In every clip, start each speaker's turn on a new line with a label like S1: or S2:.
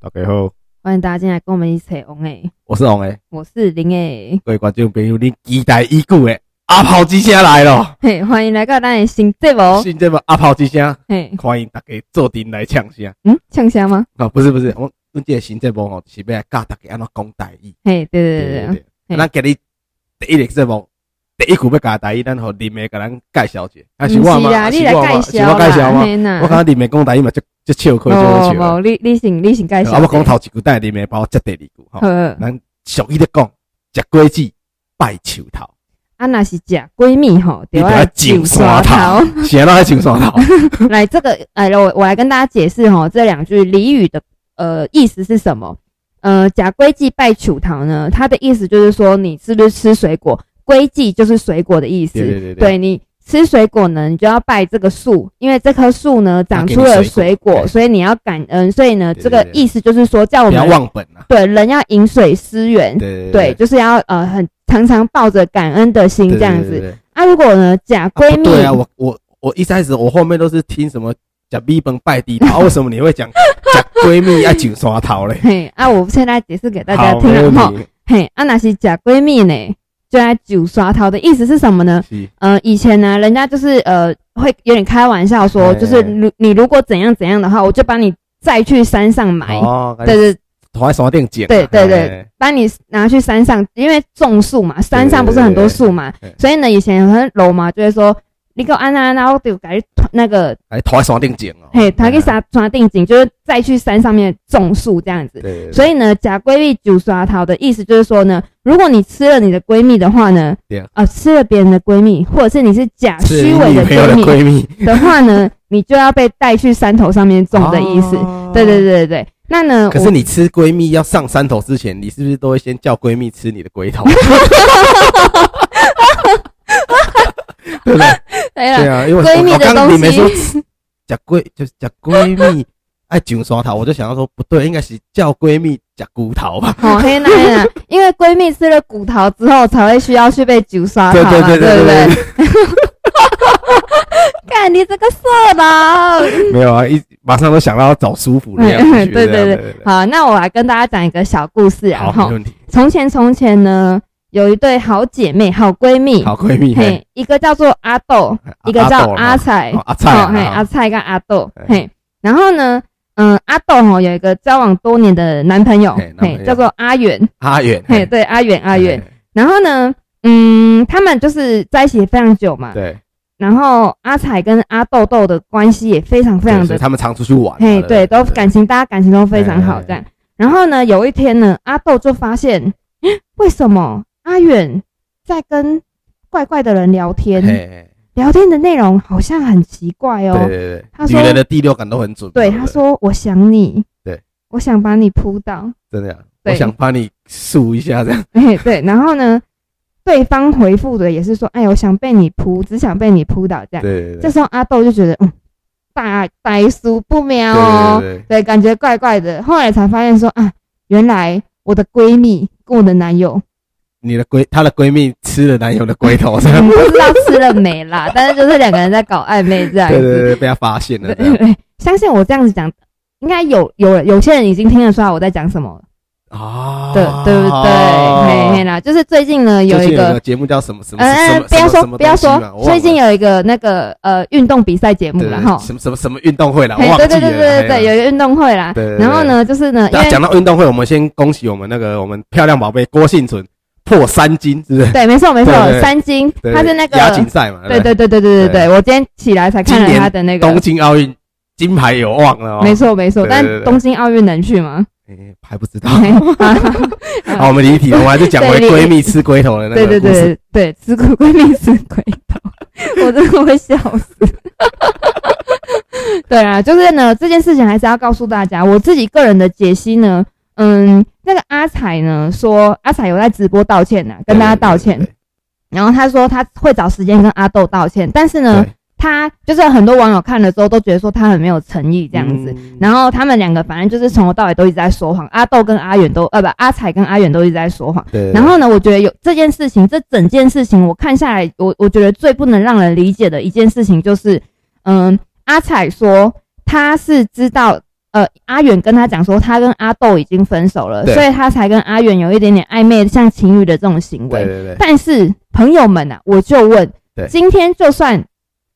S1: 大家好，
S2: 欢迎大家进来跟我们一起红诶，
S1: 我是王诶，
S2: 我是林诶，
S1: 各位观众朋友，你期待已久诶阿炮之声来咯！
S2: 嘿，欢迎来到咱的新节目，
S1: 新节目阿炮之声，
S2: 嘿，
S1: 欢迎大家做阵来唱声。
S2: 嗯，呛虾吗？
S1: 啊，不是不是，我阮这个新节目吼是要来教大家安怎讲台语。
S2: 嘿，对对对对，
S1: 对
S2: 嘿
S1: 咱今日第一个节目，第一句要教台语，咱互林妹甲咱介绍者。啊，是我
S2: 不
S1: 吗？
S2: 啦，
S1: 啊
S2: 你
S1: 是我
S2: 来
S1: 吗？
S2: 介
S1: 是
S2: 绍
S1: 我
S2: 啦，
S1: 介绍吗？
S2: 嘿呐
S1: 我感觉林妹讲台语嘛，就就笑开，就
S2: 无
S1: 笑。
S2: 无，你你先你先介
S1: 啊，
S2: 绍，
S1: 我讲，头一句，等下林妹帮我接第二句吼
S2: 好。，
S1: 咱俗语咧讲，食果子拜树头。
S2: 啊，那是假闺蜜吼，
S1: 你
S2: 对
S1: 得要
S2: 吧？
S1: 上山头，谁让他上山头？
S2: 来，这个，哎，我我来跟大家解释哈，这两句俚语的呃意思是什么？呃，假归忌拜楚堂呢，它的意思就是说你是不是吃水果，归忌就是水果的意思。
S1: 对对对对
S2: 你吃水果呢，你就要拜这个树，因为这棵树呢
S1: 它
S2: 长
S1: 给
S2: 出
S1: 你
S2: 了
S1: 水
S2: 水
S1: 果
S2: 果，
S1: 对
S2: 所以你要感恩。所以呢，
S1: 对对
S2: 这个
S1: 对
S2: 意思就是说，叫我
S1: 不要
S2: 们
S1: 忘本啊！
S2: 对人要饮水思源，
S1: 对
S2: 对，就是要呃很常常抱着感恩的心这样。
S1: 对对对
S2: 子。
S1: 对对
S2: 啊，如果呢假
S1: 啊
S2: 闺
S1: 不
S2: 蜜，
S1: 对啊，我我我一开始我后面都是听什么讲米崩拜地头，啊为什么你会 讲讲闺蜜要上山头嘞？
S2: 嘿啊，我现在解释给大家
S1: 好
S2: 听
S1: 没
S2: 了
S1: 问
S2: 哈。
S1: 题，
S2: 嘿，啊，那是假闺蜜呢，就在酒刷头的意思是什么呢？
S1: 是
S2: 呃，以前呢、人家就是呃，会有点开玩笑说，
S1: 嘿
S2: 就是如你如果怎样怎样的话，我就把你载去山上埋，
S1: 哦，
S2: 对对
S1: 头在山顶捡啊。
S2: 对对对
S1: 嘿，
S2: 把你拿去山上，因为种树嘛，山上不是很多树嘛
S1: 对对对，
S2: 所以呢，以前很多楼嘛，就会说你给我安安安，我就改那个
S1: 哎，头在山顶捡哦。
S2: 嘿，他给
S1: 啥？
S2: 啥抓定景，就是再去山上面种树这样子。
S1: 对对，
S2: 所
S1: 以
S2: 以呢，假闺蜜煮刷桃的意思就是说呢，如果你吃了你的闺蜜的话呢
S1: Yeah.
S2: 啊、吃了别人的闺蜜，或者是你是假虚伪
S1: 女
S2: 的
S1: 朋友的
S2: 闺蜜
S1: 闺蜜
S2: 的话呢，你就要被带去山头上面种的意思。
S1: 哦
S2: 对对对对对，那呢，
S1: 可是你吃闺蜜要上山头之前，你是不是都会先叫闺蜜吃你的 龟头？ 对不对？
S2: 我对
S1: 对
S2: 了，
S1: 啊，因为我
S2: 闺蜜
S1: 我
S2: 的
S1: 刚刚你
S2: 东
S1: 们 说
S2: 西，
S1: 讲闺就是 讲闺蜜爱上山头，我就想要说不对，应该是叫闺蜜讲骨头吧？
S2: 好哦黑那黑 那，因为闺蜜吃了骨头之后，才会需要去被煮刷桃
S1: 对
S2: 嘛，
S1: 对对
S2: 不
S1: 对对
S2: 对？ 看你这个色狼！
S1: 没有啊，一马上都想到要找舒服的样子去。
S2: 嗯对
S1: 这样
S2: 对
S1: 对
S2: 好，那我来跟大家讲一个小故事啊，
S1: 好，
S2: 哈
S1: 没。问题。
S2: 从前从前呢，有一对好姐妹、好闺蜜，
S1: 好闺蜜，嘿，
S2: 嘿，一个叫做阿豆，一个叫阿彩，
S1: 阿啊
S2: 哦
S1: 菜啊，哎
S2: 嘿，阿菜跟阿豆
S1: 嘿，
S2: 嘿，然后呢，嗯，阿豆吼有一个交往多年的男朋友
S1: 嘿男，朋
S2: 嘿
S1: 友，哎
S2: 叫做阿远，
S1: 阿远，
S2: 嘿，对，阿远，阿远，
S1: 嘿，
S2: 然后呢，嗯，他们就是在一起非常久嘛，
S1: 对，
S2: 然后阿彩跟阿豆豆的关系也非常非常
S1: 对所
S2: 的
S1: 以他们常出去玩嘛，
S2: 嘿，
S1: 不
S2: 对，都感情，大家感情都非常好
S1: 对
S2: 这样。然后呢，有一天呢，阿豆就发现，为什么阿远在跟怪怪的人聊
S1: 嘿
S2: 天，
S1: 嘿
S2: 聊天的内容好像很奇怪
S1: 对
S2: 哦。
S1: 对对，
S2: 他
S1: 女
S2: 说
S1: 人的第六感都很准。
S2: 对，
S1: 不
S2: 他说：“我想你，
S1: 对，
S2: 我想把你扑倒。
S1: 真的呀，啊我
S2: 对
S1: 想帮你数一下这样。”
S2: 嘿，对。然后呢，对方回复的也是说：“哎，我想被你扑，只想被你扑倒。”这样。
S1: 对对
S2: 这
S1: 对，
S2: 时候阿豆就觉得，嗯，大白鼠不喵哦
S1: 对，对对
S2: 对，感觉怪怪的。后来才发现说啊，原来我的闺蜜跟我的男 友，
S1: 你的闺她的闺蜜吃了男友的龟头这
S2: 我
S1: 样。
S2: 不知道吃了没啦， 但是就是两个人在搞暧昧这样
S1: 对
S2: 子。
S1: 对对，被她发现了这
S2: 对
S1: 样
S2: 对相信我这样子讲，应该有有有些人已经听得出来我在讲什么了，
S1: 啊，
S2: 对对不对？嘿嘿啦，就是最近呢有
S1: 哦最近
S2: 一
S1: 有
S2: 个
S1: 个。节目叫什么什么什
S2: 呃，
S1: 么
S2: 不要
S1: 什么
S2: 说
S1: 什么
S2: 不
S1: 东
S2: 要
S1: 西嘛
S2: 说，最近有一个那个呃运动比赛节目
S1: 我忘
S2: 啦
S1: 了
S2: 哈
S1: 对，什么什么什么运动会了，我
S2: 嘿
S1: 忘记了。
S2: 对对对对对
S1: 嘿
S2: 对，有一个运动会啦
S1: 对对。对
S2: 然后呢，就是呢，因
S1: 大家
S2: 为
S1: 讲到运动会，我们先恭喜我们那个我们漂亮宝贝郭幸存破三金，是不是？
S2: 对，没错没错
S1: 对对，对
S2: 三金，
S1: 对
S2: 他是那个
S1: 亚锦赛嘛，
S2: 对
S1: 不
S2: 对对对对对
S1: 对
S2: 对，我今天起来才看了
S1: 今年
S2: 他的那个，
S1: 东京奥运金牌有望了哦。
S2: 没错没错。
S1: 对对
S2: 但
S1: 对对
S2: 东京奥运能去吗？
S1: 诶，还不知道。
S2: 嘿啊
S1: 好，我们离题了，我们还是讲回
S2: 对
S1: 闺蜜吃龟头的那
S2: 对
S1: 个
S2: 对
S1: 故事。
S2: 对对，吃苦闺蜜吃鬼头，我真的会笑死。 对啊，就是呢，这件事情还是要告诉大家，我自己个人的解析呢，嗯，那个阿彩呢说，阿彩有在直播道歉呢、啊跟大家道歉。
S1: 对。
S2: 然后他说他会找时间跟阿豆道歉，但是呢
S1: 对，
S2: 他就是很多网友看了之后都觉得说他很没有诚意这样子。
S1: 嗯
S2: 然后他们两个反正就是从头到尾都一直在说谎，阿豆跟阿远都呃不阿彩跟阿远都一直在说谎。
S1: 对，
S2: 然后呢，我觉得有这件事情，这整件事情我看下来，我我觉得最不能让人理解的一件事情就是，嗯，阿彩说她是知道。呃，阿远跟他讲说，他跟阿豆已经分手了，
S1: 对
S2: 所以他才跟阿远有一点点暧昧，像情侣的这种行
S1: 对
S2: 为。
S1: 对对，
S2: 但是朋友们啊，我就问
S1: 对，
S2: 今天就算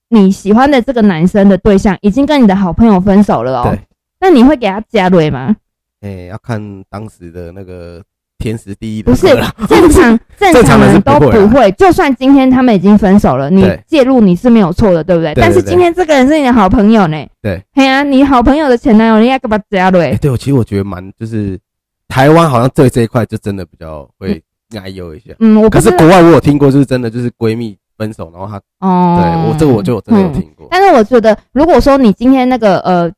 S2: 你喜欢的这个男生的对象已经跟你的好朋友分手了哦
S1: 对，
S2: 那你会给他加蕊吗？
S1: 哎，要看当时的那个天时地利
S2: 不
S1: 人
S2: 是
S1: 和啦。
S2: 正常 正常人都
S1: 正常人是
S2: 不
S1: 不啊
S2: 会，就算今天他们已经分手了，你
S1: 对
S2: 介入你是没有错的，对不对？
S1: 对对
S2: 但是今天这个人是你的好朋友呢，
S1: 对，
S2: 嘿呀、你好朋友的前男友，你要干嘛加
S1: 哎，
S2: 蕊？
S1: 对，我其实我觉得蛮就是台湾好像对这一块就真的比较会担忧一下。
S2: 嗯，我不
S1: 可是
S2: 知道
S1: 国外我有听过，就是真的就是闺蜜分手，然后她
S2: 哦，
S1: 对我这个我就真的有
S2: 嗯
S1: 听过。
S2: 但是我觉得，如果说你今天那个呃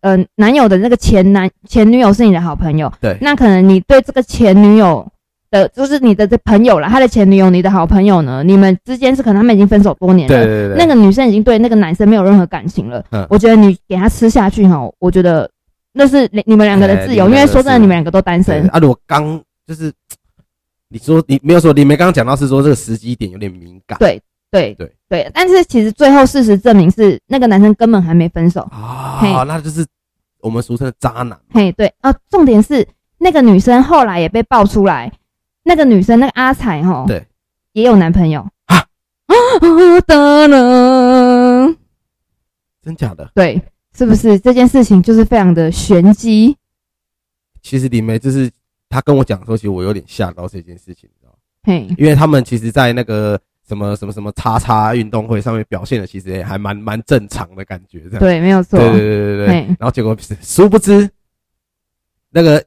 S2: 呃男友的那个前男前女友是你的好朋友，
S1: 对
S2: 那可能你对这个前女友的，就是你的这朋友啦，他的前女友，你的好朋友呢，你们之间是可能他们已经分手多年了，
S1: 对对对，
S2: 那个女生已经对那个男生没有任何感情了，
S1: 嗯
S2: 我觉得你给他吃下去哈，我觉得那是你你们两个的自由，
S1: 哎你们
S2: 因为
S1: 两个
S2: 说真的，
S1: 是
S2: 你们两个都单
S1: 对
S2: 身，
S1: 啊，如果刚就是你说你没有说，你们刚刚讲到是说这个时机点有点敏感。
S2: 对对
S1: 对
S2: 对，但是其实最后事实证明是那个男生根本还没分手，嘿
S1: 啊，那就是我们俗称的渣男。
S2: 嘿，对啊，重点是那个女生后来也被爆出来，那个女生那个阿彩哈，
S1: 对，
S2: 也有男朋友
S1: 啊
S2: 啊，噔噔，
S1: 真假的？
S2: 对，是不是这件事情就是非常的玄机？
S1: 其实李梅就是她跟我讲说，其实我有点吓到这件事情，你知道吗？
S2: 嘿，
S1: 因为他们其实，在那个什么什么什么叉叉运动会上面表现的，其实也还蛮蛮正常的感觉，这样。
S2: 对，没有错，
S1: 对对对对对。
S2: 嘿，
S1: 然后结果殊不知，那个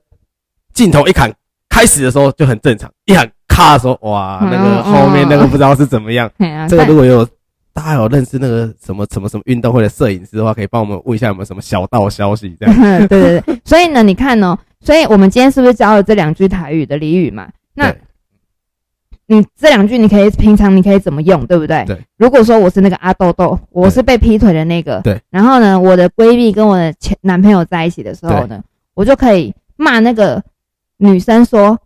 S1: 镜头一砍，开始的时候就很正常，一喊咔的时候，哇，
S2: 嗯
S1: 那个后面那个不知道是怎么样。
S2: 嘿啊，
S1: 这个
S2: 但
S1: 如果有大家有认识那个什么什么什么运动会的摄影师的话，可以帮我们问一下有没有什么小道消息这样。
S2: 对对对，所以呢，你看哦，所以我们今天是不是教了这两句台语的俚语嘛？那
S1: 对
S2: 你这两句你可以平常你可以怎么用，对不对？
S1: 对。
S2: 如果说我是那个阿豆豆，我是被劈腿的那个，
S1: 对。
S2: 然后呢，我的闺蜜跟我的前男朋友在一起的时候呢，我就可以骂那个女生说：“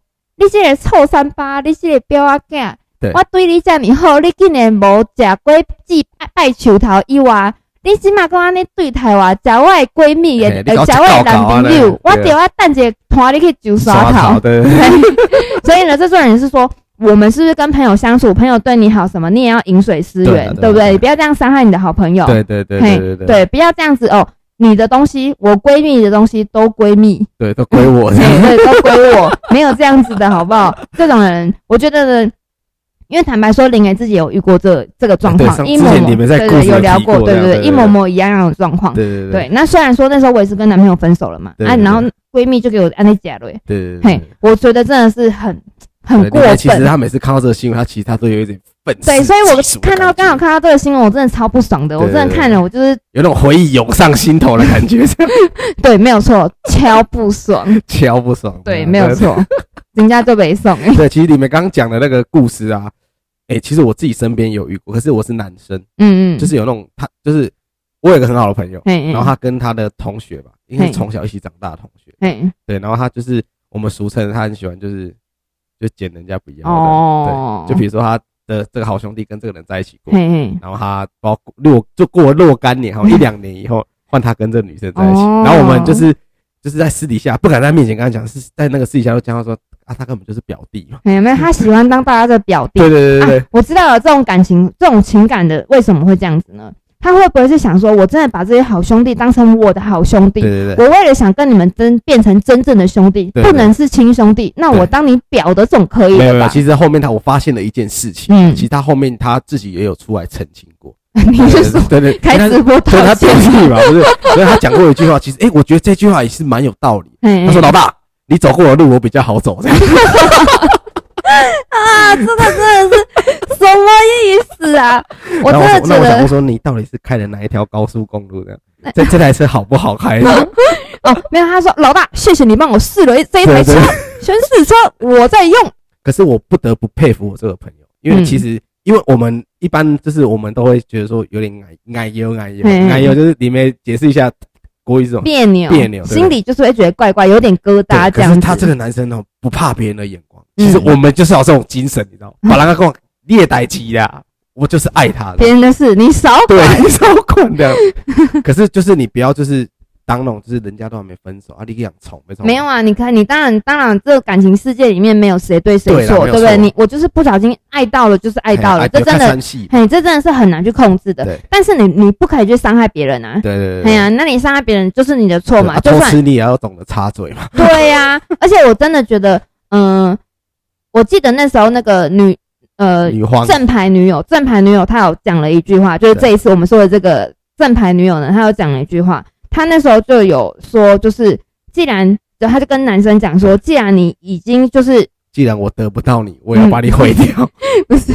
S2: 你这个臭三八，你这个婊阿囝，
S1: 对
S2: 我对你这么好，你竟然无食果子拜拜树头以外。”你即码讲安尼对待我，食我的闺蜜的
S1: 嘿，你
S2: 呃，
S1: 搞
S2: 食我的
S1: 搞
S2: 男
S1: 搞啊
S2: 朋友，我
S1: 那
S2: 就要等者拖你去酒
S1: 刷
S2: 刷头。
S1: 对对对
S2: 对 所以呢，这种人是说，我们是不是跟朋友相处，朋友对你好什么，你也要饮水思
S1: 对
S2: 源
S1: 啊，对啊
S2: 对不
S1: 对啊
S2: 对？你不要这样伤害你的好朋友。
S1: 对对对
S2: 嘿
S1: 对对
S2: 对，不要这样子哦。你的东西，我闺蜜的东西都闺蜜，
S1: 对，都归我这
S2: 对
S1: 样。
S2: 对，都归我，没有这样子的好不好？这种人，我觉得呢，因为坦白说，林磊自己有遇过这这个状
S1: 对
S2: 况，
S1: 上
S2: 一
S1: 之
S2: 模
S1: 前
S2: 模
S1: 你们在
S2: 对
S1: 故
S2: 对
S1: 事
S2: 有
S1: 有
S2: 聊
S1: 提过
S2: 对
S1: 这样
S2: 对，
S1: 对
S2: 一
S1: 对
S2: 模模一样样的状况。
S1: 对对
S2: 对，那虽然说那时候我也是跟男朋友分手了嘛，
S1: 对
S2: 啊，
S1: 对
S2: 然后
S1: 对
S2: 闺蜜就给我安利假瑞，
S1: 对对
S2: 嘿
S1: 对。，
S2: 我觉得真的是很很
S1: 对
S2: 过
S1: 对对其实
S2: 分。
S1: 他每次看到这个新闻，他其实他都有一点愤世
S2: 对，所以我
S1: 嫉俗的
S2: 看到
S1: 感觉
S2: 刚好看到这个新闻，我真的超不爽的。我
S1: 对
S2: 真的看了，我就是
S1: 有那种回忆涌上心头的感觉，这样
S2: 对，没有错，超不爽。
S1: 超不爽。
S2: 对，没有。错，人家就被送。
S1: 对，其实你们刚刚讲的那个故事啊，哎，其实我自己身边有遇过，可是我是男生，
S2: 嗯嗯，
S1: 就是有那种他就是我有一个很好的朋友，
S2: 嘿，
S1: 然后他跟他的同学吧，因为
S2: 嘿
S1: 是从小一起长大的同学，
S2: 嘿
S1: 对，然后他就是我们俗称他很喜欢就是就捡人家不要的，
S2: 哦，
S1: 就比如说他的这个好兄弟跟这个人在一起过，
S2: 嘿嘿
S1: 然后他包括若就过了若干年，好一两年以后，换他跟这个女生在一起，
S2: 嗯哦
S1: 然后我们就是就是在私底下不敢在他面前跟他讲，是在那个私底下就讲他说啊，他根本就是表弟嘛，
S2: 嘿，没有，他喜欢当大家的表弟
S1: 对。对对对
S2: 啊，我知道了，这种感情、这种情感的为什么会这样子呢？他会不会是想说，我真的把这些好兄弟当成我的好兄啊弟
S1: 对，对对对
S2: 我为了想跟你们真变成真正的兄弟，
S1: 对
S2: 不能是亲兄弟，那我当你表的总可以
S1: 没有
S2: 了
S1: 没有，
S2: 吧？
S1: 其实后面他我发现了一件事情，
S2: 嗯
S1: 其实他后面他自己也有出来澄清过，
S2: 你是说
S1: 对对对，
S2: 开
S1: 因为他
S2: 直播
S1: 所以
S2: 道
S1: 他
S2: 歉
S1: 表？弟嘛，不是？所以他讲过一句话，其实哎、诶我觉得这句话也是蛮有道理。
S2: 他
S1: 他说：“老爸，你走过的路我比较好走。”这样，
S2: 啊，这个真的是什么意思 啊？ 我
S1: 然
S2: 真
S1: 后我
S2: 的
S1: 说那
S2: 觉
S1: 我想
S2: 得
S1: 问说，你到底是开的哪一条高速公路 的？这这台车好不好开？
S2: 哦，没有，他说老大，谢谢你帮我试了这一台车
S1: 对对，
S2: 全试车我在用，
S1: 可是我不得不佩服我这个朋友，因
S2: 嗯
S1: 为其实、因为我们一般就是我们都会觉得说有点矮矮油矮油
S2: 嗯
S1: 矮油，就是你们解释一下国语这种
S2: 别扭，
S1: 别扭对
S2: 心里就是会觉得怪怪，有点疙瘩
S1: 对
S2: 这
S1: 可
S2: 样
S1: 是
S2: 子。
S1: 他这个男生哦，不怕别人的眼光。
S2: 嗯
S1: 其实我们就是要这种精神，你知道吗？把人家我列逮鸡啦，我就是爱他的
S2: 别。人的事你少管，
S1: 对，你少管的。可是就是你不要就是当那种就是人家都还没分手啊，你养宠没宠？
S2: 没有啊，你看，你当然当然，这个感情世界里面没有谁对谁
S1: 对啦
S2: 错，
S1: 没有
S2: 对不对？
S1: 错哎
S2: 你我就是不小心爱到了，就是爱
S1: 嘿，
S2: 到了，这真的，
S1: 三系，
S2: 嘿，这真的是很难去控制的
S1: 对。
S2: 但是你你不可以去伤害别人啊，
S1: 对对对，
S2: 哎呀，那你伤害别人就是你的错
S1: 对
S2: 嘛，
S1: 啊
S2: 就
S1: 偷
S2: 算
S1: 吃你也要懂得插嘴 嘛，
S2: 对呀、而且我真的觉得，嗯、我记得那时候那个女呃
S1: 女皇
S2: 正牌女友，正牌女友她有讲了一句话，就是
S1: 对
S2: 这一次我们说的这个正牌女友呢，她有讲了一句话，她那时候就有说，就是既然就她就跟男生讲说，既然你已经就是
S1: 既然我得不到你，
S2: 嗯
S1: 我也要把你毁掉。
S2: 不是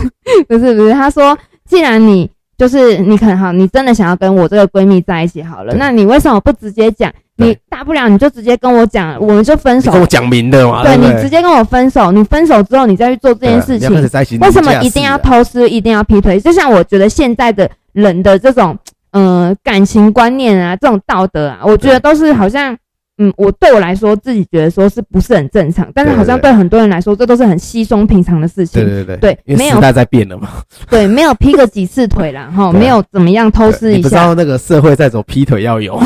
S2: 不是不是，她说既然你就是你可能好，你真的想要跟我这个闺蜜在一起好了，
S1: 对
S2: 那你为什么不直接讲？你
S1: 对
S2: 大不了你就直接跟我讲，我们就分
S1: 你
S2: 手
S1: 跟我讲明的嘛，
S2: 对
S1: 不
S2: 你
S1: 啊对
S2: 直接跟我分手，你分手之后你再去做这
S1: 对啊
S2: 件事
S1: 你要
S2: 情
S1: 开，始在一起，
S2: 为什
S1: 你这
S2: 么
S1: 样
S2: 一定
S1: 是
S2: 要
S1: 啊
S2: 偷吃，一定要劈腿？就像我觉得现在的人的这种呃感情观念啊，这种道德啊，我觉得都是好像。嗯，我对我来说，自己觉得说是不是很正常，但是
S1: 对
S2: 好像
S1: 对
S2: 对很多人来说，这都是很稀松平常的事情
S1: 对。对对
S2: 对
S1: 因
S2: 没
S1: 为
S2: 有
S1: 时代在变了嘛，
S2: 对，没有劈个几次 腿啦，哈，
S1: 对啊
S2: 没有怎么样偷吃
S1: 对你
S2: 一
S1: 不知
S2: 下。
S1: 道那个社会在走劈腿要有，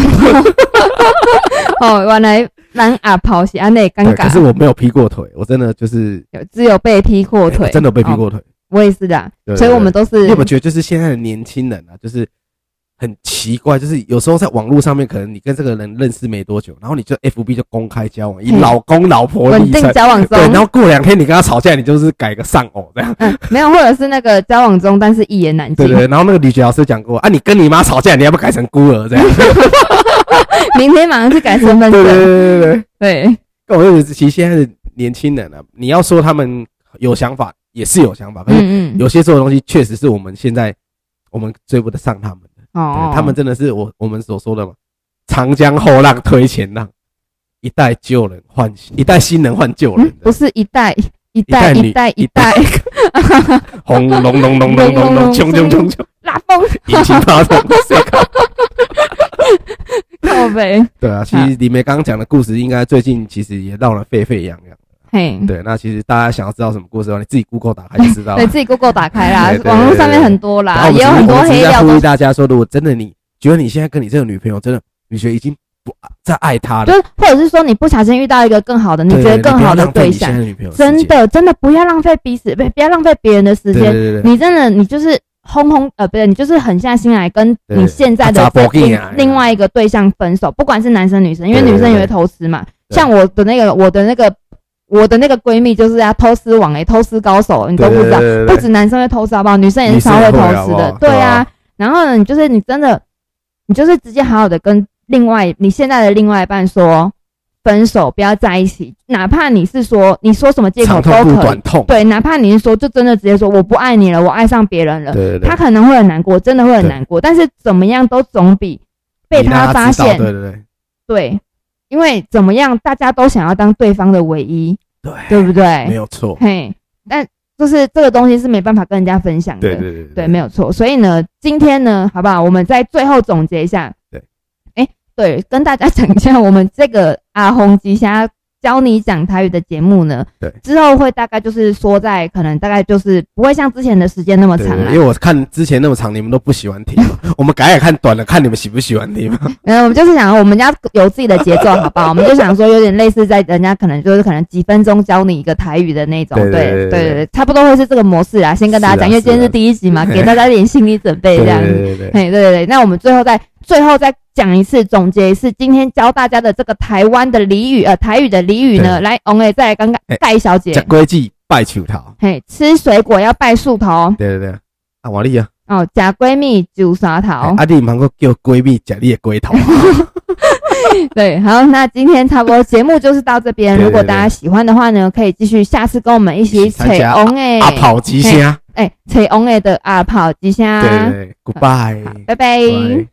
S2: 哦，原来男啊跑鞋啊那 尴
S1: 对，可是
S2: 尬，
S1: 我没有劈过腿，我真的就是
S2: 有只有被劈过腿，
S1: 真的被劈
S2: 哦。
S1: 过腿。
S2: 我也是的，
S1: 对
S2: 所以
S1: 对
S2: 我们
S1: 对
S2: 都是
S1: 因为我觉得就是现在的年轻人啊，就是很奇怪，就是有时候在网络上面，可能你跟这个人认识没多久，然后你就 FB 就公开交往，以
S2: 嘿
S1: 老公老婆
S2: 稳
S1: 立
S2: 定
S1: 成。
S2: 交往中
S1: 对，。然后过两天你跟他吵架，你就是改个丧偶这样。
S2: 嗯，没有，或者是那个交往中，但是一言难尽
S1: 对。对，对然后那个吕杰老师讲过啊，你跟你妈吵架，你要不要改成孤儿这样？
S2: 明天马上去改身份
S1: 对对对哎
S2: 证。
S1: 对对对。
S2: 对，
S1: 那我就觉得其实现在的年轻人啊，你要说他们有想法也是有想法，可是
S2: 嗯嗯，
S1: 有些做的东西确实是我们现在我们追不得上他们。
S2: 哦
S1: 对，他们真的是我我们所说的嘛，长江后浪推前浪，一代旧人换新一代新人换旧人
S2: 嗯，不是一代一代
S1: 一代女
S2: 一代一
S1: 一
S2: 代
S1: 轰隆隆隆隆隆隆，冲冲冲冲，
S2: 拉风
S1: 引擎发动，谁靠？
S2: 靠呗。
S1: 对啊，其实李梅刚刚讲的故事，应该最近其实也闹得沸沸扬扬。
S2: 嘿，
S1: 对，那其实大家想要知道什么故事的话，你自己 Google 打开就知道了
S2: 嗯对。自己 Google 打开啦
S1: 对对，对
S2: 网络上面很多
S1: 然
S2: 啦，
S1: 后我们
S2: 也有
S1: 只是
S2: 很多
S1: 我们只
S2: 黑
S1: 是在
S2: 料
S1: 呼
S2: 都
S1: 吁
S2: 是。
S1: 大家说，如果真的你觉得你现在跟你这个女朋友真的，你觉得已经不再爱她
S2: 就
S1: 了，
S2: 是，或者是说你不小心遇到一个更好的，你
S1: 对
S2: 觉得
S1: 对
S2: 更
S1: 你不要
S2: 好的
S1: 浪费
S2: 对
S1: 你现
S2: 象，
S1: 在女朋友时
S2: 真
S1: 间，
S2: 的真的不要浪费彼此，不不要浪费别人的时
S1: 对对
S2: 间。
S1: 对对，
S2: 你真的你就是轰轰呃，不对，你就是狠下心来跟
S1: 对
S2: 你现在的
S1: 啊查
S2: 这
S1: 甫囡
S2: 另
S1: 啊
S2: 另外一个对象分手，不管是男生女生，因为
S1: 对对
S2: 女生也
S1: 对
S2: 会偷吃嘛。
S1: 对
S2: 像我的那个我的那个我的那个闺蜜就是啊，偷吃王诶、偷吃高手，你都不知道
S1: 对，对对对对
S2: 不止男生会偷吃好不好？女生也是超偷
S1: 女生也
S2: 吃
S1: 会好
S2: 的
S1: 不好，
S2: 对
S1: 对
S2: 啊
S1: 啊。
S2: 然后呢，你就是你真的，你就是直接好好的跟另外你现在的另外一半说分手，不要在一起，哪怕你是说你说什么借
S1: 长
S2: 口都
S1: 痛不
S2: 可以
S1: 短。痛，
S2: 对，哪怕你是说，就真的直接说我不爱你了，我爱上别人了，
S1: 对对对
S2: 他可能会很难过，真的会很难过。但是怎么样都总比被
S1: 你让
S2: 他
S1: 他
S2: 发
S1: 知道
S2: 现，
S1: 对对对
S2: 对，因为怎么样，大家都想要当对方的唯一，
S1: 对，
S2: 对不
S1: 没
S2: 对？
S1: 有错，
S2: 嘿，但就是这个东西是没办法跟人家分享的，
S1: 对对对
S2: 对，没有错。所以呢，今天呢，好不好？我们在最后总结一下。
S1: 对，
S2: 哎，对，跟大家讲一下，我们这个阿红吉虾教你讲台语的节目呢，
S1: 对
S2: 之后会大概就是说在可能大概就是不会像之前的时间那么
S1: 对
S2: 长啊
S1: 对，
S2: 了
S1: 对因。为我看之前那么长，你们都不喜欢 听嘛，我们改改看短的，看你们喜不喜欢听嘛。
S2: 嗯，我们就是想，我们家有自己的节奏，好不好？我们就想说，有点类似在人家可能就是可能几分钟教你一个台语的那种，
S1: 对对
S2: 对
S1: 对对
S2: 对，差不多会是这个模式啦。先跟大家
S1: 是啊
S2: 讲，因为今天
S1: 是
S2: 是
S1: 啊
S2: 第一集嘛，给大家一点心理准备
S1: 对
S2: 这样子。
S1: 对对对，
S2: 嘿，对对对，那我们最后再最后再讲一次，总结一次今天教大家的这个台湾的俚语，呃，台语的俚语呢，
S1: 对
S2: 来，我们也再来刚刚
S1: 哎
S2: 盖小姐
S1: 讲，规矩拜求桃，
S2: 嘿，吃水果要拜树头
S1: 对对对，啊瓦力啊，
S2: 哦，假闺蜜煮沙桃，
S1: 啊你唔能够叫闺蜜讲你的龟头，
S2: 对，好，那今天差不多节目就是到这边，
S1: 啊对
S2: 如果
S1: 对对
S2: 大家喜欢的话呢，可以继续下次跟我们一
S1: 一
S2: 起
S1: 起
S2: 扯
S1: 参加
S2: 翁哎，
S1: 啊跑吉虾，
S2: 哎，扯翁哎的啊跑几下
S1: 对，对对
S2: 好
S1: ，Goodbye，
S2: 拜拜。
S1: Bye